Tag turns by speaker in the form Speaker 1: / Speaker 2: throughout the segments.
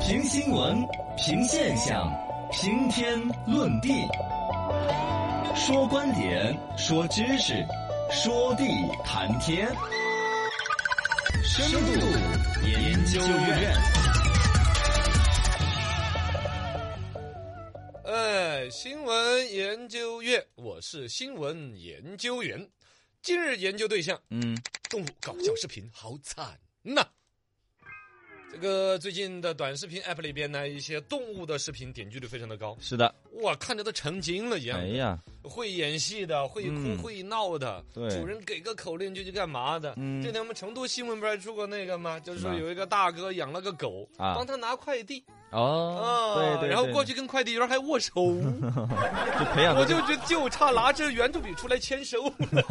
Speaker 1: 评新闻，评现象，评天论地，说观点，说知识，说地谈天。深度研究院，
Speaker 2: 哎，新闻研究院，我是新闻研究员。今日研究对象，
Speaker 1: 嗯，
Speaker 2: 动物搞笑视频好惨呐、这个最近的短视频 app 里边呢，一些动物的视频点击率非常的高，
Speaker 1: 是的，
Speaker 2: 哇，看着都成精了一样。
Speaker 1: 哎呀，
Speaker 2: 会演戏的，会哭、
Speaker 1: 嗯
Speaker 2: 会闹的，
Speaker 1: 对
Speaker 2: 主人给个口令就去干嘛的。
Speaker 1: 嗯
Speaker 2: 这天我们成都新闻不是还出过那个吗？就是说
Speaker 1: 什么
Speaker 2: 有一个大哥养了个狗，
Speaker 1: 啊
Speaker 2: 帮他拿快递啊
Speaker 1: 哦，对对，
Speaker 2: 然后
Speaker 1: 对
Speaker 2: 过去跟快递员还握手，
Speaker 1: 就培养
Speaker 2: 我
Speaker 1: 的
Speaker 2: 就觉得就差拿着圆珠笔出来签收 了。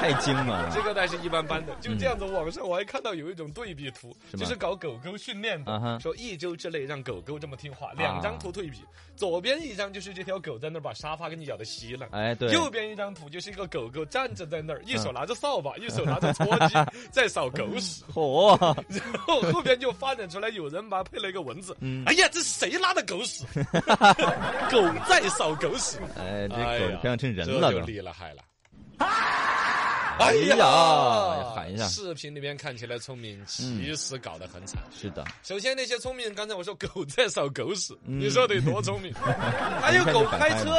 Speaker 1: 太精了，
Speaker 2: 这个倒是一般般的，就这样子。
Speaker 1: 嗯
Speaker 2: 网上我还看到有一种对比图，
Speaker 1: 什么
Speaker 2: 就是搞狗狗训练
Speaker 1: 啊哈啊
Speaker 2: 的，说一周之内让狗狗这么听话。两张图对比，左边一张就是这条狗在那儿把沙发给你咬的稀了。
Speaker 1: 哎对，嗯
Speaker 2: 右边一张图就是一个狗狗站着在那儿，一手拿着扫把，一手拿着搓 机，在扫狗屎。
Speaker 1: 嚯、
Speaker 2: 然后后边就发展出来有人把它配了一个文字，
Speaker 1: 嗯
Speaker 2: 哎呀，这是谁拉的狗屎？ 狗在扫狗屎。
Speaker 1: 哎，这
Speaker 2: 哎
Speaker 1: 狗
Speaker 2: 呀
Speaker 1: 培养成人
Speaker 2: 这
Speaker 1: 了
Speaker 2: 就
Speaker 1: 都，
Speaker 2: 厉了害了。
Speaker 1: 哎
Speaker 2: 哎
Speaker 1: 呀喊一下
Speaker 2: 视频里面看起来聪明，其实搞得很惨。
Speaker 1: 是的，
Speaker 2: 首先，那些聪明，刚才我说狗在扫狗屎，
Speaker 1: 嗯
Speaker 2: 你说得多 聪明？还有
Speaker 1: 看就
Speaker 2: 狗
Speaker 1: 反
Speaker 2: 开
Speaker 1: 拍
Speaker 2: 车，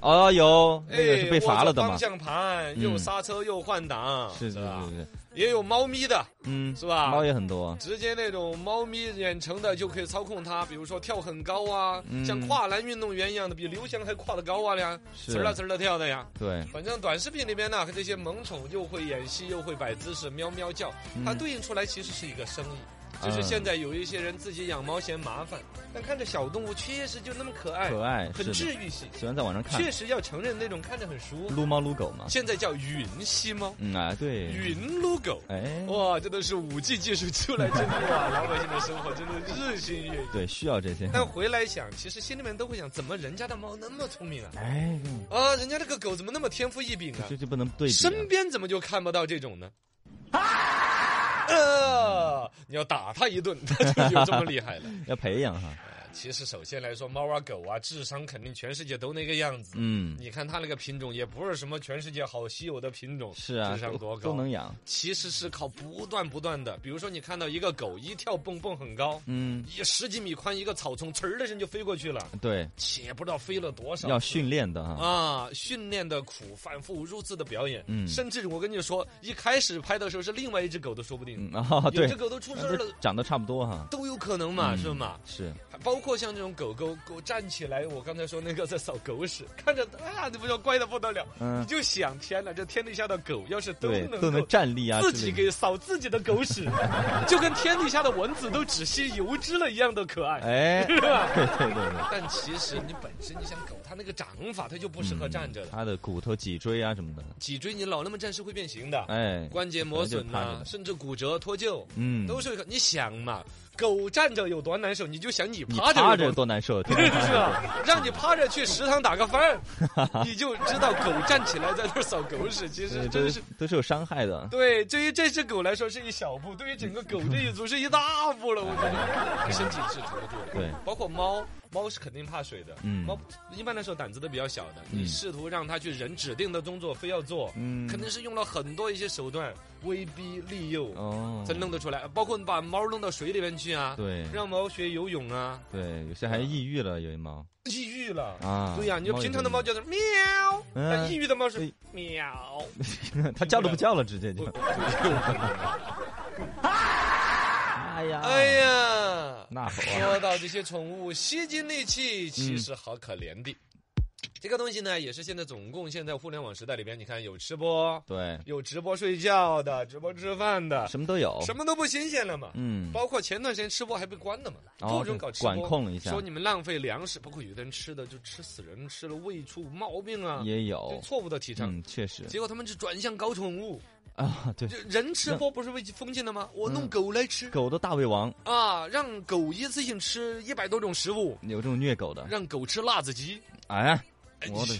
Speaker 1: 哦有
Speaker 2: 哎，
Speaker 1: 那个是被罚了的
Speaker 2: 握
Speaker 1: 嘛嗯
Speaker 2: 着方，向盘又刹车又换挡，
Speaker 1: 是是
Speaker 2: 吧
Speaker 1: 是？是，
Speaker 2: 也有猫咪的，
Speaker 1: 嗯，
Speaker 2: 是吧？
Speaker 1: 猫也很多，
Speaker 2: 直接那种猫咪远程的就可以操控它，比如说跳很高啊，
Speaker 1: 嗯
Speaker 2: 像跨栏运动员一样的，比刘翔还跨得高啊呀，
Speaker 1: 是
Speaker 2: 呲啦呲啦跳的呀。
Speaker 1: 对，
Speaker 2: 反正短视频里面呢，和这些萌宠又会演戏又会摆姿势，喵喵叫，它对应出来其实是一个生意。就是
Speaker 1: 嗯
Speaker 2: 现在有一些人自己养猫嫌麻烦，但看着小动物确实就那么可爱，
Speaker 1: 可爱是
Speaker 2: 很
Speaker 1: 的，
Speaker 2: 治愈系。
Speaker 1: 喜欢在网上看
Speaker 2: 确实要承认那种看着很舒服。
Speaker 1: 撸猫撸狗嘛，
Speaker 2: 现在叫云吸猫、
Speaker 1: 嗯啊对，
Speaker 2: 云撸狗，
Speaker 1: 哎，
Speaker 2: 哇，这都是五 G 技术出来之后啊，老百姓的生活真的日新月异。
Speaker 1: 对，需要这些，
Speaker 2: 但回来想，其实心里面都会想，怎么人家的猫那么聪明啊？
Speaker 1: 哎，
Speaker 2: 啊，人家那个狗怎么那么天赋异禀啊
Speaker 1: 这？啊就不能对比、
Speaker 2: 身
Speaker 1: 啊，
Speaker 2: 边怎么就看不到这种呢？ 呃，你要打它一顿， 它就有这么厉害了。
Speaker 1: 要培养哈，
Speaker 2: 呃其实首先来说，猫啊狗啊，智商肯定全世界都那个样子。
Speaker 1: 嗯，
Speaker 2: 你看它那个品种也不是什么全世界好稀有的品种，
Speaker 1: 是啊，
Speaker 2: 智商
Speaker 1: 都
Speaker 2: 多高
Speaker 1: 都能养，
Speaker 2: 其实是靠不断不断的，比如说你看到一个狗一跳蹦蹦很高，
Speaker 1: 嗯，
Speaker 2: 一十几米宽一个草丛，呲儿的声就飞过去了，
Speaker 1: 对，
Speaker 2: 且不知道飞了多少。
Speaker 1: 要训练的哈，
Speaker 2: 啊，训练的苦，反复如次的表演，
Speaker 1: 嗯
Speaker 2: 甚至我跟你说，一开始拍的时候是另外一只狗都说不定，
Speaker 1: 嗯 啊，
Speaker 2: 有
Speaker 1: 对嗯
Speaker 2: 只，狗都出事
Speaker 1: 啊
Speaker 2: 儿
Speaker 1: 都
Speaker 2: 了。
Speaker 1: 长得差不多哈，
Speaker 2: 都有可能嘛，是嘛？
Speaker 1: 是，
Speaker 2: 还包括像这种狗狗狗站起来，我刚才说那个在扫狗屎，看着啊，这不就乖的不得了。
Speaker 1: 嗯
Speaker 2: 你就想，天哪，这天底下的狗要是都
Speaker 1: 对，
Speaker 2: 能
Speaker 1: 都
Speaker 2: 够
Speaker 1: 能站立啊之类
Speaker 2: 自
Speaker 1: 的，
Speaker 2: 己给扫自己的狗屎， 就跟天底下的蚊子都只吸油脂了一样的可爱，
Speaker 1: 哎，
Speaker 2: 是吧？
Speaker 1: 对对对对。
Speaker 2: 但其实你本身你想狗，它那个长法它就不适合站着的，
Speaker 1: 它的骨头、脊椎啊什么的，
Speaker 2: 脊椎你老那么站是会变形的，
Speaker 1: 哎，
Speaker 2: 关节磨损呐、
Speaker 1: 本来就趴着的
Speaker 2: 甚至骨折脱臼，
Speaker 1: 嗯，
Speaker 2: 都是有可你想嘛，狗站着有多难受，你就想你
Speaker 1: 你
Speaker 2: 趴着
Speaker 1: 趴
Speaker 2: 有
Speaker 1: 着
Speaker 2: 多。
Speaker 1: 多难 受，
Speaker 2: 是不是啊？让你趴着去食堂打个饭， 你就知道狗站起来在那儿扫狗 屎，其
Speaker 1: 对
Speaker 2: 实
Speaker 1: 都
Speaker 2: 真
Speaker 1: 是
Speaker 2: 是。
Speaker 1: 都是有伤害的，
Speaker 2: 对，对于这只狗来说是一小步，对于整个狗这一族是一大步了。我觉 得身体是承得住的。
Speaker 1: 对，
Speaker 2: 包括猫，猫是肯定怕水的。
Speaker 1: 嗯
Speaker 2: 猫一般来说胆子都比较小的。你
Speaker 1: 嗯
Speaker 2: 试图让它去人指定的动作非要做，
Speaker 1: 嗯
Speaker 2: 肯定是用了很多一些手段威逼利诱
Speaker 1: 哦，
Speaker 2: 才弄得出来。包括你把猫弄到水里面去啊，
Speaker 1: 对
Speaker 2: 让猫学游泳啊，
Speaker 1: 对，有些还抑郁了，有一猫
Speaker 2: 抑郁了。
Speaker 1: 啊，
Speaker 2: 对呀、你就
Speaker 1: 也
Speaker 2: 平常的
Speaker 1: 会
Speaker 2: 猫就是喵，
Speaker 1: 嗯
Speaker 2: 但抑郁的猫是
Speaker 1: 对
Speaker 2: 喵。
Speaker 1: 它叫都不叫了，直接就，哎呀，
Speaker 2: 哎，呀，
Speaker 1: 那好啊，
Speaker 2: 说到这些宠物吸金利
Speaker 1: 嗯
Speaker 2: 器，其实好可怜的。这个东西呢，也是现在总共现在互联网时代里边，你看有吃播，
Speaker 1: 对，
Speaker 2: 有直播睡觉的，直播吃饭的，
Speaker 1: 什么都有，
Speaker 2: 什么都不新鲜了嘛。
Speaker 1: 嗯，
Speaker 2: 包括前段时间吃播还被关了嘛，
Speaker 1: 哦
Speaker 2: 各种搞吃播
Speaker 1: 管控了一下
Speaker 2: 说你们浪费粮食，包括有的人吃的就吃死人，吃了胃出毛病啊，
Speaker 1: 也
Speaker 2: 就
Speaker 1: 有，
Speaker 2: 错误的提倡。
Speaker 1: 嗯，确实
Speaker 2: 结果他们就转向搞宠物，
Speaker 1: 啊，对，
Speaker 2: 就人吃播不是被封禁了吗？我弄狗来吃、
Speaker 1: 嗯狗的大胃王
Speaker 2: 啊，让狗一次性吃一百多种食物，
Speaker 1: 啊有这种虐狗的，
Speaker 2: 让狗吃辣子鸡。
Speaker 1: 哎，我的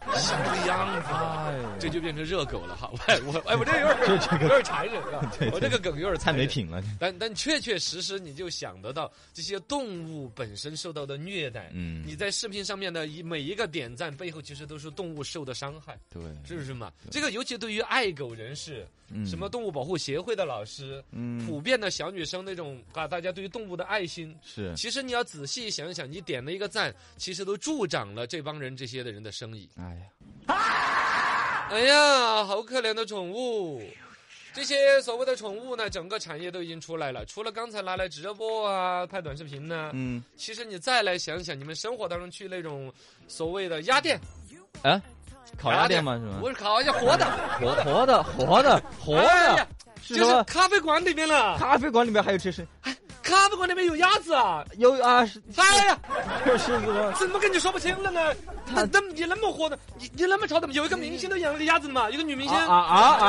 Speaker 2: 哎像个样子，
Speaker 1: 哎
Speaker 2: 这就变成热狗了哈。 哎，我哎，我这有
Speaker 1: 这
Speaker 2: 点
Speaker 1: 这个
Speaker 2: 有点残忍 啊
Speaker 1: 对，
Speaker 2: 我这个梗有点
Speaker 1: 太
Speaker 2: 残忍
Speaker 1: 没。品了，
Speaker 2: 但但确确实实，你就想得到这些动物本身受到的虐待。
Speaker 1: 嗯
Speaker 2: 你在视频上面的一每一个点赞背后，其实都是动物受的伤害，
Speaker 1: 对，
Speaker 2: 是不是嘛？这个尤其对于爱狗人士，
Speaker 1: 嗯
Speaker 2: 什么动物保护协会的老师，
Speaker 1: 嗯
Speaker 2: 普遍的小女生那种啊，大家对于动物的爱心。
Speaker 1: 是，
Speaker 2: 其实你要仔细想一想，你点了一个赞，其实都助长了这帮人这些的人的生意。
Speaker 1: 哎呀，
Speaker 2: 哎呀，好可怜的宠物！这些所谓的宠物呢，整个产业都已经出来了。除了刚才拿来直播啊、拍短视频呢、
Speaker 1: 嗯，
Speaker 2: 其实你再来想想，你们生活当中去那种所谓的鸭店，
Speaker 1: 啊，烤鸭店吗？是吗
Speaker 2: 不？是烤鸭，活的，
Speaker 1: 活活的，活的，活
Speaker 2: 哎
Speaker 1: 的啊
Speaker 2: 呀，
Speaker 1: 是
Speaker 2: 就
Speaker 1: 什
Speaker 2: 是
Speaker 1: 么？
Speaker 2: 咖啡馆里面 了。
Speaker 1: 咖啡馆里面还有吃食，
Speaker 2: 咖啡馆里面有鸭子啊！
Speaker 1: 有啊，是
Speaker 2: 哎呀，
Speaker 1: 有狮子吗？
Speaker 2: 怎么跟你说不清了呢？那那么你那么火的，你你那么潮的，有一个明星都养了个鸭子的嘛，有个女明星
Speaker 1: 啊。啊啊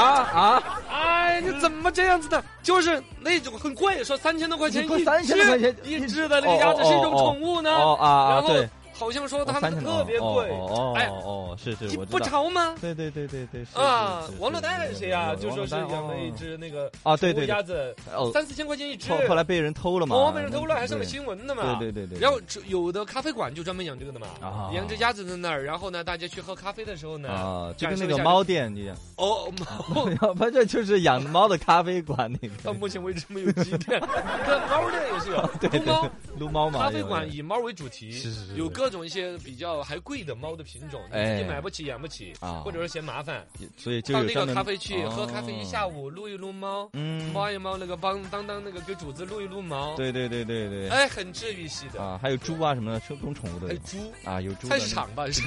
Speaker 1: 啊！
Speaker 2: 哎，你怎么这样子的？就是那种很贵，说三千多块钱
Speaker 1: 你说
Speaker 2: 一
Speaker 1: 3000多块钱
Speaker 2: 只一
Speaker 1: 一
Speaker 2: 只的那个鸭子是一种宠物呢。
Speaker 1: 哦啊啊
Speaker 2: 然后
Speaker 1: 对，
Speaker 2: 好像说它
Speaker 1: 三千
Speaker 2: 们
Speaker 1: 多
Speaker 2: 特别贵
Speaker 1: 哦哦，
Speaker 2: 哎，
Speaker 1: 哦哦，是是，
Speaker 2: 你
Speaker 1: 我
Speaker 2: 不
Speaker 1: 知道
Speaker 2: 潮吗？
Speaker 1: 对对对对对是
Speaker 2: 啊
Speaker 1: 是是，
Speaker 2: 王珞丹还是谁啊？
Speaker 1: 有
Speaker 2: 就说是
Speaker 1: 王珞丹
Speaker 2: 养了一
Speaker 1: 哦
Speaker 2: 只那个
Speaker 1: 啊对
Speaker 2: 宠物
Speaker 1: 对对
Speaker 2: 鸭子，
Speaker 1: 哦，
Speaker 2: 三四千块钱一只。
Speaker 1: 后后来被人偷了嘛，嗯
Speaker 2: 哦，被人偷了，还上了
Speaker 1: 对
Speaker 2: 新闻的嘛。
Speaker 1: 对对对对
Speaker 2: 然后只有的咖啡馆就专门养这个的嘛，
Speaker 1: 啊
Speaker 2: 养只鸭子在那儿，然后呢，大家去喝咖啡的时候呢，
Speaker 1: 啊，就
Speaker 2: 嗯感
Speaker 1: 跟
Speaker 2: 受
Speaker 1: 那个
Speaker 2: 一下
Speaker 1: 猫店一样，
Speaker 2: 哦， 猫。
Speaker 1: 反正就是养猫的咖啡馆那
Speaker 2: 到
Speaker 1: 个，
Speaker 2: 目前为止 没有鸡店，但猫店也是有
Speaker 1: 对对
Speaker 2: 公猫
Speaker 1: 对。，撸猫嘛，
Speaker 2: 咖啡馆
Speaker 1: 有有
Speaker 2: 以猫为主题，
Speaker 1: 是是是
Speaker 2: 有各种一些比较还贵的猫的品种，你自
Speaker 1: 哎
Speaker 2: 己买不起养不起，
Speaker 1: 啊
Speaker 2: 或者是嫌麻烦，
Speaker 1: 所以就
Speaker 2: 到
Speaker 1: 有
Speaker 2: 那
Speaker 1: 专
Speaker 2: 个
Speaker 1: 门
Speaker 2: 咖啡去喝咖啡一下
Speaker 1: 午，
Speaker 2: 午，撸一撸猫，
Speaker 1: 嗯，
Speaker 2: 猫一猫那个帮当当那个给主子撸一撸毛，
Speaker 1: 对对对对对，
Speaker 2: 哎，很治愈系的。
Speaker 1: 啊，还有猪啊什么的，生种宠物的
Speaker 2: 哎，猪，
Speaker 1: 啊，有猪的
Speaker 2: 菜市场吧是。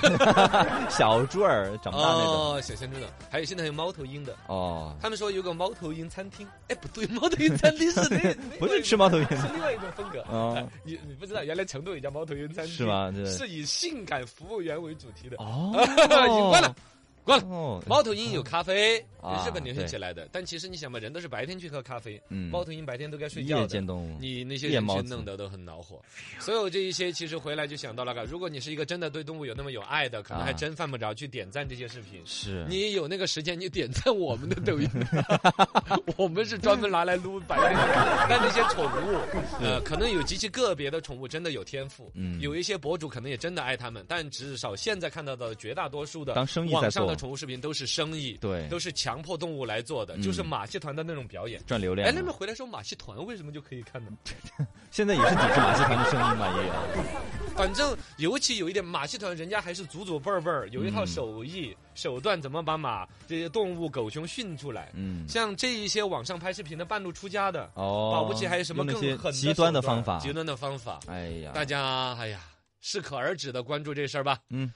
Speaker 1: 小猪儿长大那种，
Speaker 2: 哦，小鲜猪的，还有现在还有猫头鹰的。
Speaker 1: 哦，
Speaker 2: 他们说有个猫头鹰餐厅，哎，不对，猫头鹰餐厅 是那
Speaker 1: 不是吃猫头鹰
Speaker 2: 是另外一种风格。
Speaker 1: 哦
Speaker 2: 哎你你不知道，原来成都有一家猫头鹰餐厅，
Speaker 1: 是吗对
Speaker 2: 哎是以性感服务员为主题的。
Speaker 1: 哦
Speaker 2: 赢惯了，惯了。
Speaker 1: 哦，
Speaker 2: 猫头鹰有咖啡，
Speaker 1: 啊
Speaker 2: 日本流行起来的。但其实你想吧，人都是白天去喝咖啡，
Speaker 1: 嗯
Speaker 2: 猫头鹰白天都该睡觉
Speaker 1: 夜
Speaker 2: 的
Speaker 1: 间。动物，
Speaker 2: 你那些
Speaker 1: 夜
Speaker 2: 人
Speaker 1: 猫
Speaker 2: 群
Speaker 1: 子
Speaker 2: 弄得都很恼火，所有这一些其实回来就想到了个，如果你是一个真的对动物有那么有爱的，可能还
Speaker 1: 啊
Speaker 2: 真犯不着去点赞这些视频。
Speaker 1: 是
Speaker 2: 你有那个时间，你点赞我们的 抖音，我们是专门拿来撸白天的， 但那些宠物，呃，可能有极其个别的宠物真的有天赋，
Speaker 1: 嗯
Speaker 2: 有一些博主可能也真的爱它们，但至少现在看到的绝大多数的
Speaker 1: 当生意在做
Speaker 2: 网上的宠物视频都是生意，
Speaker 1: 对嗯
Speaker 2: 都是强迫动物来做的，就是马戏团的那种表演。
Speaker 1: 赚流量
Speaker 2: 哎，那
Speaker 1: 嘛
Speaker 2: 么回来说马戏团为什么就可以看呢？
Speaker 1: 现在也是抵制马戏团的声音嘛，也 有。
Speaker 2: 反正尤其有一点，马戏团人家还是祖祖辈儿辈儿有一套
Speaker 1: 嗯
Speaker 2: 手艺、手段，怎么把马这些动物狗熊训出来。
Speaker 1: 嗯，
Speaker 2: 像这一些网上拍视频的半路出家的，
Speaker 1: 哦，
Speaker 2: 保不齐还有什么
Speaker 1: 用
Speaker 2: 更
Speaker 1: 那些
Speaker 2: 狠
Speaker 1: 极端的
Speaker 2: 手段
Speaker 1: 方法？
Speaker 2: 极端的方法。
Speaker 1: 哎呀，
Speaker 2: 大家哎呀，适可而止的关注这事儿吧。
Speaker 1: 嗯，